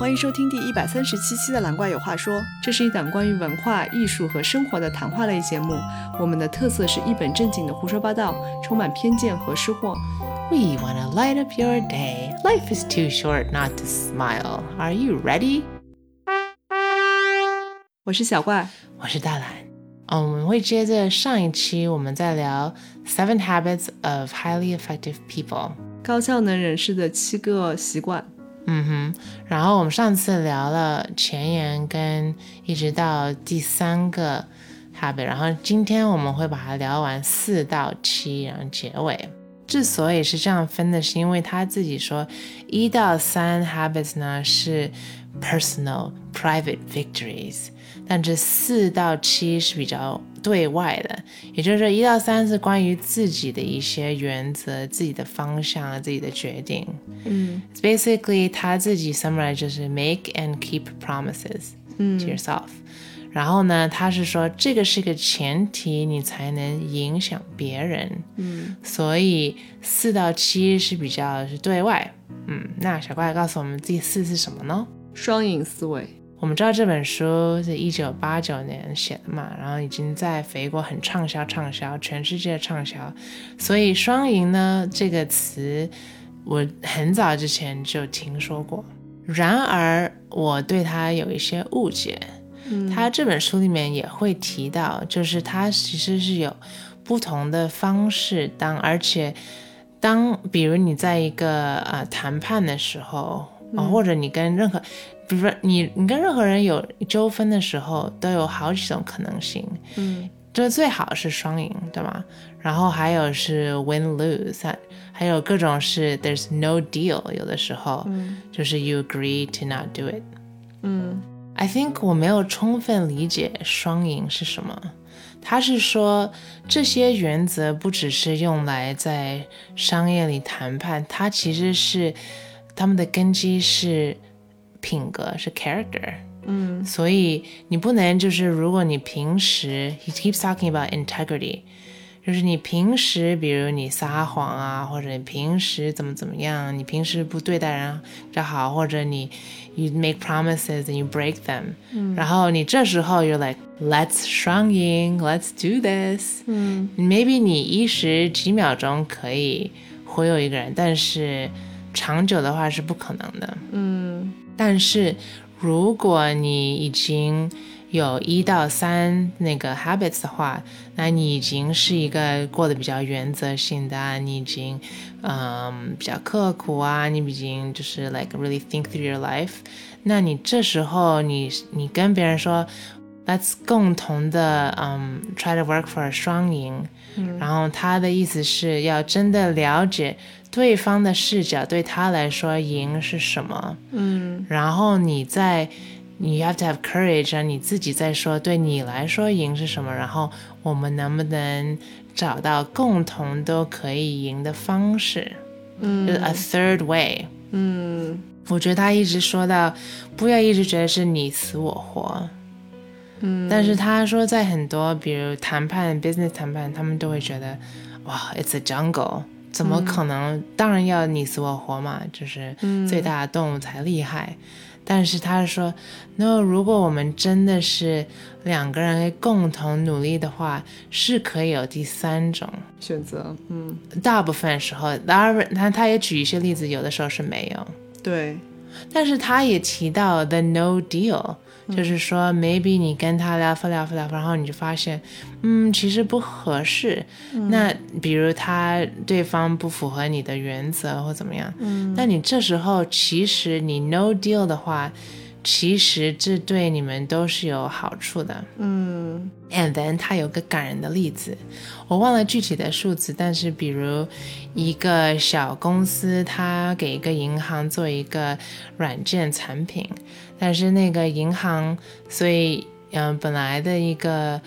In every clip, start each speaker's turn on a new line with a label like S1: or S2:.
S1: 欢迎收听第一百三十七期的《蓝怪有话说》。
S2: 这是一档关于文化艺术和生活的谈话类节目。我们的特色是一本正经的胡说八道，充满偏见和失货。
S3: We want to light up your day. Life is too short not to smile. Are you ready?
S2: 我是小怪，
S3: 我是大蓝。嗯，我们会接着上一期我们在聊 Seven Habits of Highly Effective People。
S2: 高效能人士的七个习惯。
S3: 嗯哼，然后我们上次聊了前言跟一直到第三个 habit，然后今天我们会把它聊完四到七，然后结尾。之所以是这样分的，是因为他自己说一到三 habits 呢是 personal private victories，但这四到七是比较对外的，也就是说一到三是关于自己的一些原则、自己的方向、啊自己的决定。
S2: 嗯
S3: It's basically 他自己 summarize 就是 make and keep promises to
S2: 嗯
S3: yourself、然后呢，他是说这个是个前提，你才能影响别人。
S2: 嗯，
S3: 所以四到七是比较是对外。嗯，那小怪告诉我们第四是什么呢？
S2: 双赢思维。
S3: 我们知道这本书是一九八九年写的嘛，然后已经在肥国很畅销，畅销全世界畅销，所以“双赢”呢这个词，我很早之前就听说过。然而，我对它有一些误解。
S2: 嗯
S3: 它这本书里面也会提到，就是它其实是有不同的方式当，而且当比如你在一个呃谈判的时候，啊、
S2: 嗯
S3: 或者你跟任何，比如说你你跟任何人有纠纷的时候，都有好几种可能性。
S2: 嗯
S3: 就是最好是双赢，对吗？然后还有是 win lose，还还有各种是 there's no deal，有的时候、就是 you agree to not do it。
S2: 嗯
S3: I think 我没有充分理解双赢是什么。他是说，这些原则不只是用来在商业里谈判，它其实是他们的根基是品格，是 character。
S2: 嗯
S3: 所以你不能就是，如果你平时 he keeps talking about integrity，就是你平时比如你撒谎啊，或者你平时怎么怎么样，你平时不对待人比较好，或者你 you make promises and you break them，、然后你这时候 you're like let's 双赢，let's do this，
S2: 嗯
S3: maybe 你一时几秒钟可以忽悠一个人，但是长久的话是不可能的。
S2: 嗯
S3: 但是如果你已经有一到三那个 habits 的话，那你已经是一个过得比较原则性的、啊，你已经嗯比较刻苦啊，你已经就是 like really think through your life。那你这时候你你跟别人说，let's 共同的嗯 try to work for 双赢，然后他的意思是要真的了解对方的视角，对他来说赢是什么。
S2: 嗯
S3: 然后你在你 have to have courage 啊，你自己在说对你来说赢是什么，然后我们能不能找到共同都可以赢的方式，就是 a third way。
S2: 呃嗯
S3: 我觉得他一直说到，不要一直觉得是你死我活，
S2: 嗯
S3: 但是他说在很多比如谈判、business 谈判，他们都会觉得，哇，it's a jungle，怎么可能？当然要你死我活嘛，就是最大的动物才厉害。但是他说，那如果我们真的是两个人共同努力的话，是可以有第三种。
S2: 选择。嗯
S3: 大部分时候，当然他他也举一些例子，有的时候是没有。
S2: 对
S3: 但是他也提到 the no deal，、就是说 maybe 你跟他聊发聊发聊，然后你就发现，嗯，其实不合适。那比如他对方不符合你的原则或怎么样，那你这时候其实你 no deal 的话，其实这对你们都是有好处的。
S2: 嗯
S3: And then 它有个感人的例子，我忘了具体的数字，但是比如一个小公司，它给一个银行做一个软件产品，但是那个银行，所以嗯、呃本来的一个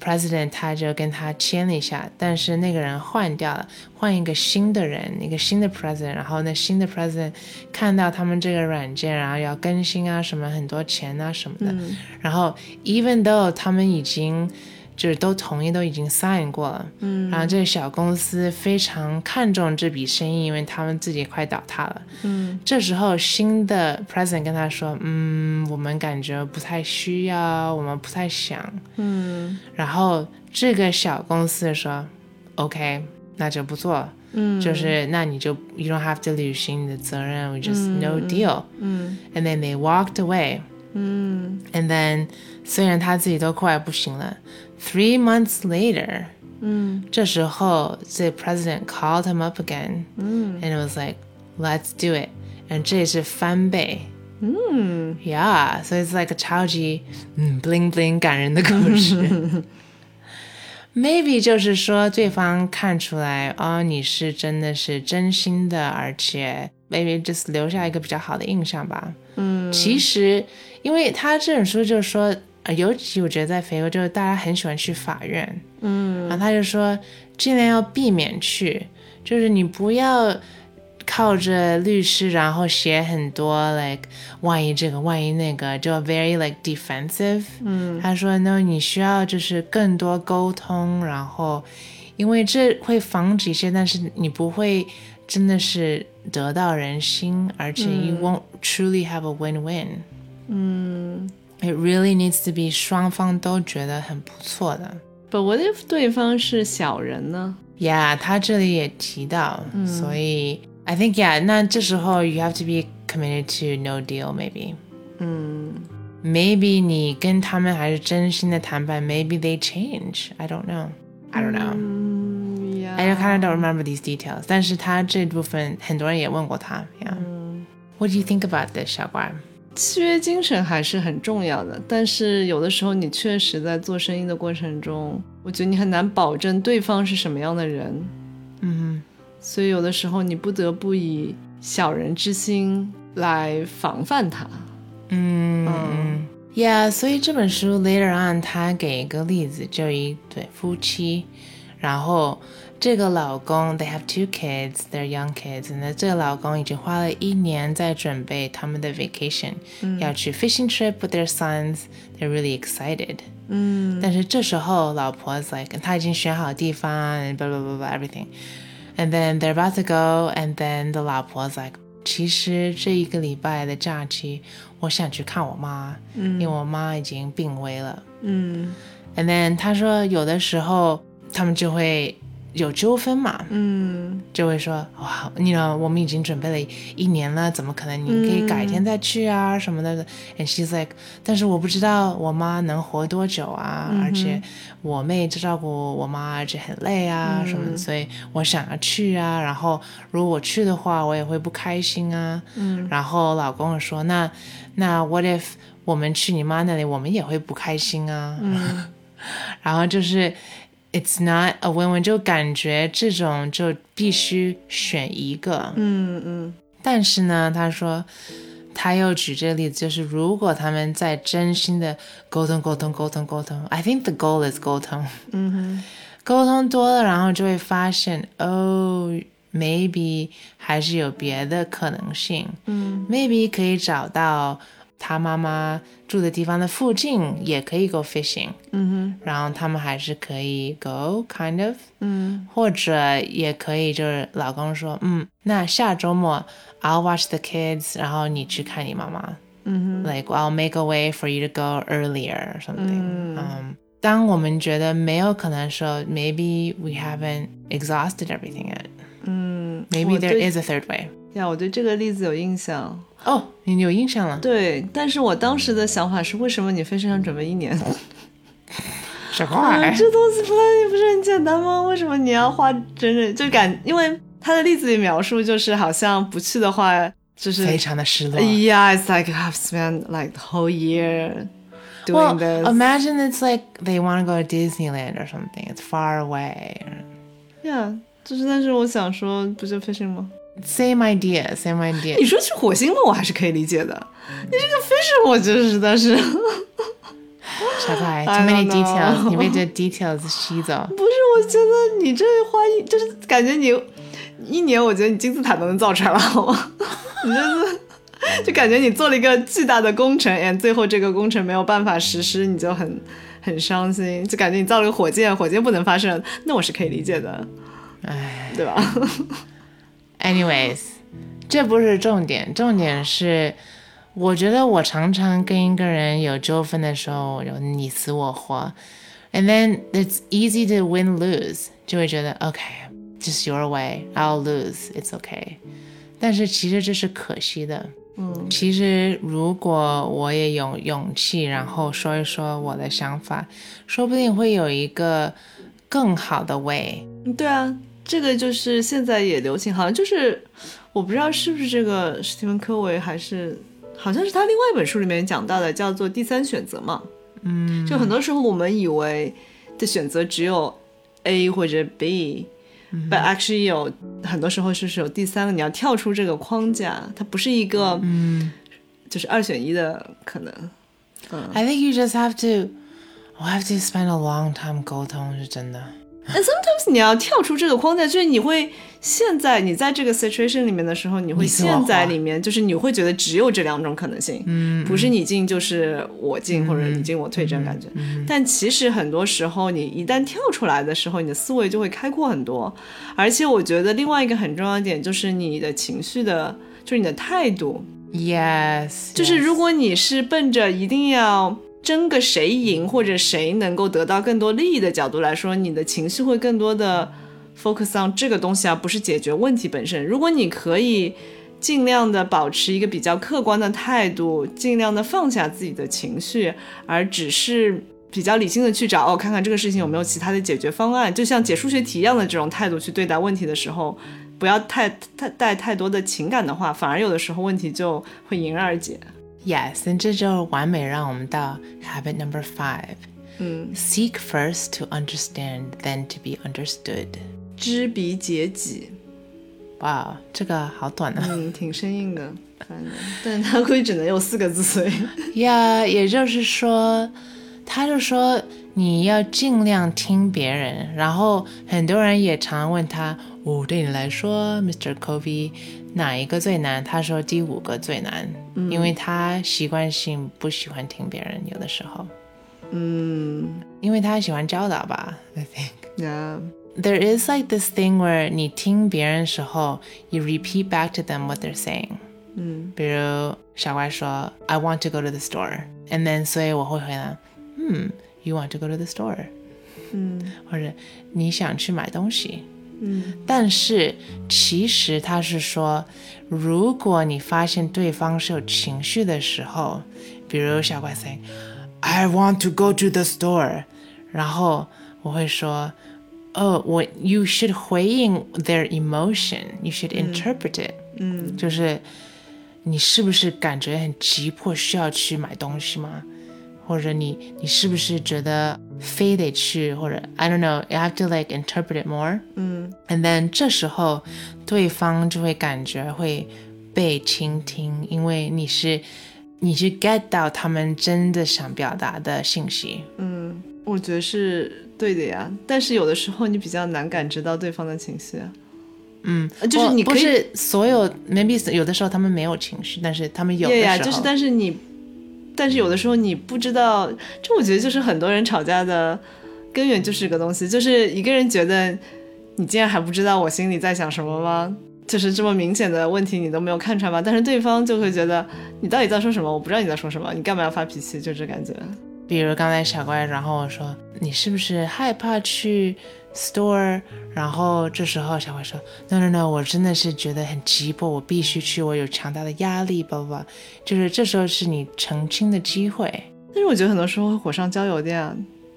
S3: president 他就跟他签了一下，但是那个人换掉了，换一个新的人，一个新的 president，然后那新的 president 看到他们这个软件，然后要更嗯新啊，什么很多钱啊什么的，然后 even though 他们已经就是都同意，都已经 sign 过了。嗯，然后这个小公司非常看重这笔生意，因为他们自己快倒塌了。嗯，这时候新的 president 跟他说：“嗯，我们感觉不太需要，我们不太想。”
S1: 嗯
S3: 然后这个小公司说：“OK，那就不做了。”
S1: 嗯
S3: 就是那你就 you don't have to 履行你的责任，we just no
S1: 嗯
S3: deal、
S1: 嗯
S3: And then they walked away.
S1: 嗯
S3: And then 虽然他自己都快不行了，three months later，
S1: 嗯
S3: 这时候这 president called him up again，
S1: 嗯
S3: and it was like let's do it. And 这也是翻倍。
S1: 嗯
S3: Yeah, so it's like a 超级嗯 bling bling 感人的故 事。Maybe 就是说对方看出来哦，你是真的是真心的，而且 maybe just 留下一个比较好的印象吧。
S1: 嗯
S3: 其实，因为他这本书就是说，呃尤其我觉得在非洲，就是大家很喜欢去法院，
S1: 嗯
S3: 然后他就说，尽量要避免去，就是你不要靠着律师，然后写很多 like 万一这个万一那个，就 very like defensive。
S1: 嗯
S3: 他说，no，你需要就是更多沟通，然后因为这会防止一些，但是你不会真的是得到人心，而且 you won't truly have a win-win。
S1: 嗯
S3: It really needs to be 双方都觉得很不错的。
S2: But what if 对方是小人呢？
S3: Yeah，他这里也提到，所以 I think yeah，那这时候 you have to be committed to no deal maybe。
S1: 嗯
S3: Maybe 你跟他们还是真心的谈判，Maybe they change. I don't know. I don't know.、
S1: 嗯呀
S3: I kind of don't remember these details. 但是他这部分很多人也问过他。Yeah.、
S2: 嗯
S3: What do you think about this, 小怪？
S2: 契约精神还是很重要的，但是有的时候你确实在做生意的过程中，我觉得你很难保证对方是什么样的人，
S3: 嗯
S2: 所以有的时候你不得不以小人之心来防范他。
S3: 嗯嗯。Yeah，所以这本书 later on 他给一个例子，就一对夫妻，然后这个老公 they have two kids，they're young kids，那这个老公已经花了一年在准备他们的 vacation，、要去 fishing trip with their sons，they're really excited。
S1: 嗯
S3: 但是这时候老婆 is like 她已经选好地方，blah blah blah blah everything。And then they're about to go, and then the 老婆 is like，其实这一个礼拜的假期，我想去看我妈，因为我妈已经病危了。
S1: 嗯
S3: And then 她说，有的时候他们就会有纠纷嘛，
S1: 嗯
S3: 就会说哇，你知道我们已经准备了一年了，怎么可能？你可以改天再去啊、什么的。And she's like，但是我不知道我妈能活多久啊，而且我妹照顾我妈，而且很累啊、什么的，所以我想要去啊。然后如果我去的话，我也会不开心啊。嗯。然后老公说，那那 what if 我们去你妈那里，我们也会不开心啊。嗯。 然后就是。It's not a win-win，就感觉这种就必须选一个。
S1: 嗯嗯
S3: 但是呢，他说，他又举这个例子，就是如果他们在真心的沟通、沟通、沟通、沟通，I think the goal is 沟通，
S1: 嗯哼
S3: 沟通多了，然后就会发现，哦，maybe 还是有别的可能性。
S1: 嗯
S3: maybe 可以找到他妈妈住的地方的附近，也可以 go fishing，
S1: 嗯
S3: 然后他们还是可以 go kind of。
S1: 哼嗯
S3: 或者也可以就是老公说，嗯，那下周末 I'll watch the kids，然后你去看你妈妈、
S1: 嗯
S3: l i k e I'll make a way for you to go earlier or something。
S1: 嗯
S3: 嗯当我们觉得没有可能的时候，maybe we haven't exhausted everything yet。
S1: 嗯
S3: Maybe
S2: 我对
S3: there is a third way。
S2: 呀，我对这个例子有印象。
S3: 哦，你有印象了？
S2: 对，但是我当时的想法是，为什么你非常想准备一年？
S3: 小
S2: 啊
S3: 怪，
S2: 这东西不是不是很简单吗？为什么你要花整整就感？因为他的例子里描述就是好像不去的话，就是
S3: 非常的失落。
S2: Yeah, it's like I've spent like the whole year doing this.
S3: imagine it's like they want to go to Disneyland or something. It's far away.
S2: yeah，就是但是我想说，不就 fishing 吗？
S3: Same idea, same idea.
S2: 你说去火星嘛，我还是可以理解的。你这个 fishing，我觉得实在是
S3: 小
S2: I
S3: 怪，too many
S2: don't know.
S3: details，你被这 details 吸走。
S2: 不是，我觉得你这花一就是感觉你一年，我觉得你金字塔都能造出来了，好吗？你就是就感觉你做了一个巨大的工程，哎，最后这个工程没有办法实施，你就很很伤心，就感觉你造了个火箭，火箭不能发射，那我是可以理解的，
S3: 哎
S2: 对吧？
S3: ，anyways，这不是重点，重点是，我觉得我常常跟一个人有纠纷的时候，有你死我活，and then it's easy to win lose，就会觉得 OK，just、your way，I'll lose，it's OK，但是其实这是可惜的。
S2: 嗯
S3: 其实，如果我也有勇气，然后说一说我的想法，说不定会有一个更好的 way。
S2: 对啊，这个就是现在也流行，好像就是我不知道是不是这个史蒂芬科维还是。好像是他另外一本书里面讲到的，叫做第三选择嘛。
S3: 嗯，
S2: 就很多时候我们以为的选择只有 A 或者 B，
S3: 嗯
S2: but actually 有很多时候是是有第三个，你要跳出这个框架，它不是一个
S3: 嗯
S2: 就是二选一的可能。
S3: ，I think you just have to，我 have to spend a long time 沟通，是真的。
S2: And sometimes 你要跳出这个框架，就是你会现在你在这个 situation 里面的时候，你会
S3: 你死我活
S2: 陷在里面，就是你会觉得只有这两种可能性，
S3: 嗯，
S2: 不是你进就是我进，或者你进我退这种感
S3: 嗯
S2: 觉。但其实很多时候，你一旦跳出来的时候，你的思维就会开阔很多。而且我觉得另外一个很重要的点就是你的情绪的，就是你的态度，
S3: Yes，
S2: 就是如
S3: yes
S2: 果你是奔着一定要争个谁赢或者谁能够得到更多利益的角度来说，你的情绪会更多的 focus on 这个东西而啊不是解决问题本身。如果你可以尽量的保持一个比较客观的态度，尽量的放下自己的情绪，而只是。比较理性的去找哦，看看这个事情有没有其他的解决方案，就像解数学题一样的这种态度去对待问题的时候，不要太太带太多的情感的话，反而有的时候问题就会迎刃而解。
S3: yes，这就完美让我们到 habit number five。
S2: 嗯，
S3: Seek first to understand, then to be understood。
S2: 知彼解己，
S3: 哇，这个好短啊。
S2: 嗯，挺生硬的，反正，但它估计只能有四个字，所以，
S3: 呀也就是说，他就说你要尽量听别人，然后很多人也常问他，哦，对你来说，Mr. Kobe 哪一个最难？他说第五个最难，因为他习惯性不喜欢听别人，有的时候，
S2: 嗯，
S3: 因为他喜欢教导吧，I think。
S2: 那
S3: There is like this thing where 你听别人的时候，you repeat back to them what they're saying。
S2: 嗯
S3: 比如小怪说 I want to go to the store and then 所以我会回答嗯 you want to go to the store
S2: 嗯
S3: 或者你想去买东西
S2: 嗯
S3: 但是其实他是说如果你发现对方是有情绪的时候比如小怪 saying I want to go to the store 然后我会说哦我 you should 回应 their emotion you should interpret it、
S2: 嗯
S3: 就是你是不是感觉很急迫需要去买东西吗？或者你你是不是觉得非得去？或者 I don't know, you have to like interpret it more.
S2: 嗯
S3: And then 这时候对方就会感觉会被倾听，因为你是你是 get 到他们真的想表达的信息。
S2: 嗯，我觉得是对的呀，但是有的时候你比较难感知到对方的情绪啊，
S3: 嗯，
S2: 呃就是
S3: 我
S2: 你
S3: 不
S2: 可以
S3: 是所有 maybe 有的时候他们没有情绪，但是他们有的
S2: 对
S3: 时候
S2: 呀，就是但是你，但是有的时候你不知道，这我觉得就是很多人吵架的根源就是这个东西，就是一个人觉得你竟然还不知道我心里在想什么吗？就是这么明显的问题你都没有看穿吗？但是对方就会觉得你到底在说什么？我不知道你在说什么，你干嘛要发脾气？就这感觉。
S3: 比如刚才小怪，然后我说你是不是害怕去 store？然后这时候小怪说 No No No，我真的是觉得很急迫，我必须去，我有强大的压力，叭叭叭。就是这时候是你澄清的机会。
S2: 但是我觉得很多时候会火上浇油的呀，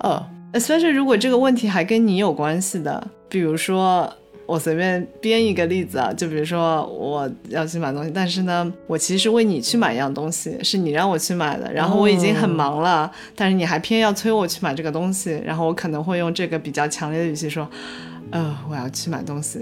S3: 哦，
S2: especially 如果这个问题还跟你有关系的，比如说我随便编一个例子啊，就比如说我要去买东西，但是呢，我其实是为你去买一样东西，是你让我去买的，然后我已经很忙了，但是你还偏要催我去买这个东西，然后我可能会用这个比较强烈的语气说，呃，我要去买东西。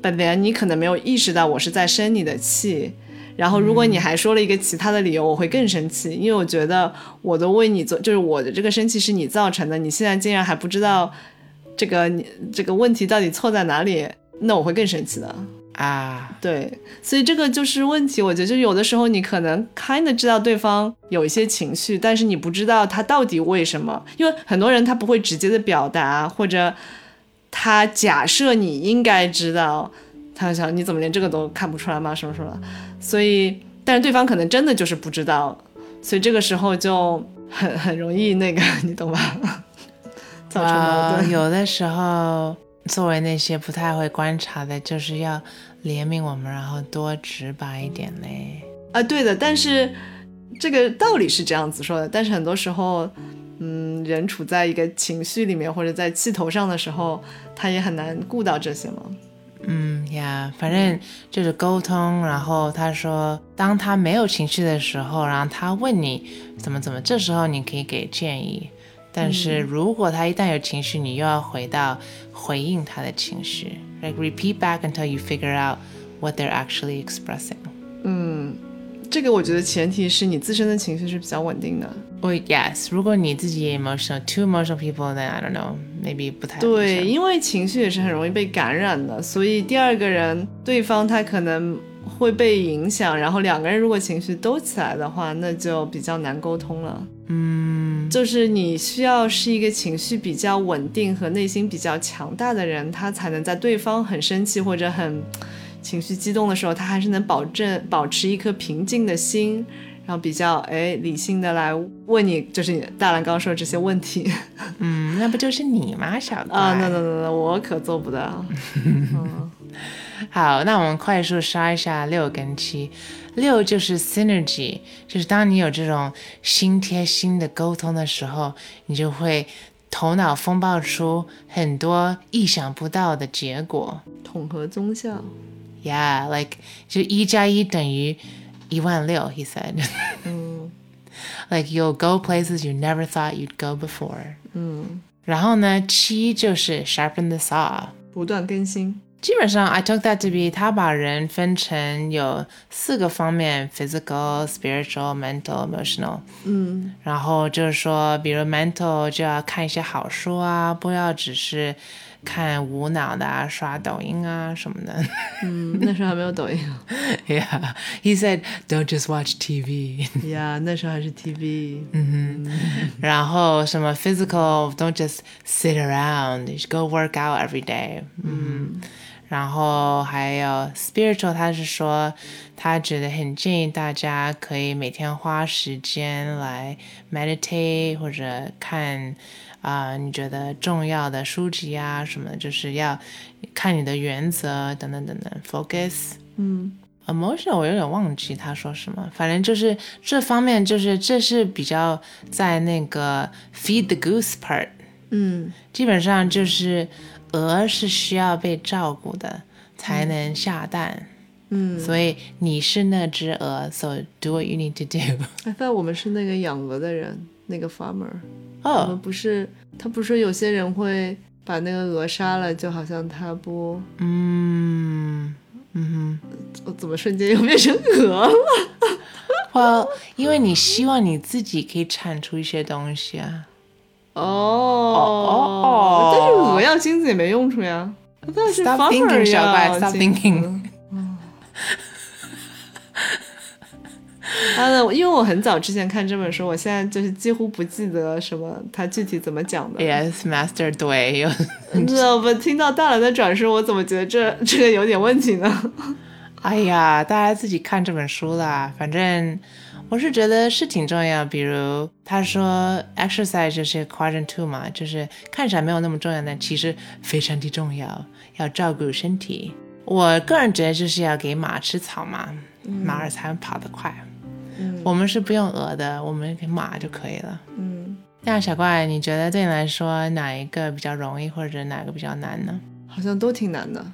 S2: 本来你可能没有意识到我是在生你的气，然后如果你还说了一个其他的理由，我会更生气，因为我觉得我都为你做，就是我的这个生气是你造成的，你现在竟然还不知道这个你这个问题到底错在哪里，那我会更生气的。
S3: 啊，
S2: 对，所以这个就是问题。我觉得，就有的时候你可能 kind of 知道对方有一些情绪，但是你不知道他到底为什么，因为很多人他不会直接的表达，或者他假设你应该知道，他会想你怎么连这个都看不出来吗？什么什么？所以，但是对方可能真的就是不知道，所以这个时候就很很容易那个， 你懂吧？造成矛
S3: 呃
S2: 盾。
S3: 有的时候作为那些不太会观察的，就是要怜悯我们，然后多直白一点嘞。
S2: 啊，对的，但是这个道理是这样子说的，但是很多时候，嗯，人处在一个情绪里面或者在气头上的时候，他也很难顾到这些嘛。
S3: 嗯呀，反正就是沟通。然后他说，当他没有情绪的时候，然后他问你怎么怎么，这时候你可以给建议。但是
S2: 嗯
S3: 如果他一旦有情绪，你又要回到回应他的情绪，like repeat back until you figure out what they're actually expressing。
S2: 嗯，这个我觉得前提是你自身的情绪是比较稳定的。
S3: Well, yes，如果你自己 emotional too emotional people，then I don't know，maybe 不太理
S2: 对，
S3: 想
S2: 因为情绪也是很容易被感染的，所以第二个人对方他可能会被影响，然后两个人如果情绪都起来的话，那就比较难沟通了。
S3: 嗯，
S2: 就是你需要是一个情绪比较稳定和内心比较强大的人，他才能在对方很生气或者很情绪激动的时候，他还是能保证保持一颗平静的心，然后比较哎理性的来问你，就是你大兰刚说的这些问题
S3: 嗯，那不就是你吗，小乖？
S2: 啊， 那那那那我可做不啊到。
S3: 好，那我们快速刷一下六跟七。六就是 synergy，就是当你有这种心贴心的沟通的时候，你就会头脑风暴出很多意想不到的结果。
S2: 统合宗教，
S3: Yeah，like 就一加一等于一万六，he said。like you'll go places you never thought you'd go before。
S2: 嗯，
S3: 然后呢，七就是 sharpen the saw。
S2: 不断更新，
S3: 基本上，I took that to be 他把人分成有四个方面：physical、spiritual、mental、emotional。
S2: 嗯
S3: 然后就是说，比如 mental 就要看一些好书啊，不要只是看无脑的啊，刷抖音啊什么的。
S2: 嗯，那时候还没有抖音啊
S3: yeah, he said, don't just watch TV.
S2: 呀，那时候还是 TV，
S3: 然后什么 physical don't just sit around, you should go work out every day。嗯，然后还有 spiritual，他是说他觉得很建议大家可以每天花时间来 meditate 或者看啊、你觉得重要的书籍啊什么的，就是要看你的原则等等等等，focus。emotional
S2: 嗯
S3: 我有点忘记他说什么，反正就是这方面，就是这是比较在那个 feed the goose part，
S2: 嗯
S3: 基本上就是鹅是需要被照顾的才能下蛋，
S2: 嗯，
S3: 所以你是那只鹅，so do what you need to do。
S2: I thought 哎我们是那个养鹅的人，那个 farmer。我
S3: 哦
S2: 们，不是，他不是有些人会把那个鹅杀了，就好像他不，
S3: 嗯嗯
S2: 我怎么瞬间又变成鹅了？
S3: 哼，well，因为你希望你自己可以产出一些东西啊。
S2: 哦
S3: 哦
S2: 但是鹅要精子也没用处呀。但是
S3: Stop
S2: farmer
S3: thinking，小怪
S2: 要
S3: ，Stop
S2: 精子
S3: thinking。
S2: 啊，那因为我很早之前看这本书，我现在就是几乎不记得什么它具体怎么讲的。
S3: Yes, Master，对，有
S2: 那我听到大兰的转述，我怎么觉得这 这个有点问题呢？
S3: 哎呀，大家自己看这本书啦。反正我是觉得是挺重要。比如他说 exercise 就是 quadrant two 嘛，就是看起来没有那么重要，但其实非常的重要，要照顾身体。我个人觉得就是要给马吃草嘛，马儿才能跑得快。我们是不用鹅的，我们给马就可以了。
S2: 嗯，
S3: 那小怪，你觉得对你来说哪一个比较容易，或者哪个比较难呢？
S2: 好像都挺难的，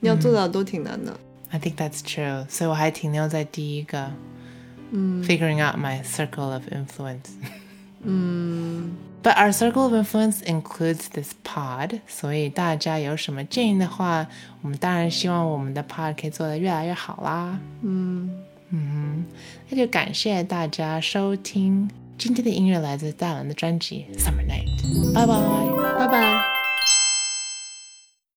S2: 要做到都挺难的。
S3: I think that's true. 所以我还停留在第一个，嗯，figuring out my circle of influence.
S2: 嗯
S3: But our circle of influence includes this pod. 所以大家有什么建议的话，我们当然希望我们的 pod 可以做得越来越好啦。
S2: 嗯，
S3: 嗯哼，那就感谢大家收听今天的音乐，来自大蓝的专辑《Summer Night》。拜拜。
S2: 拜拜。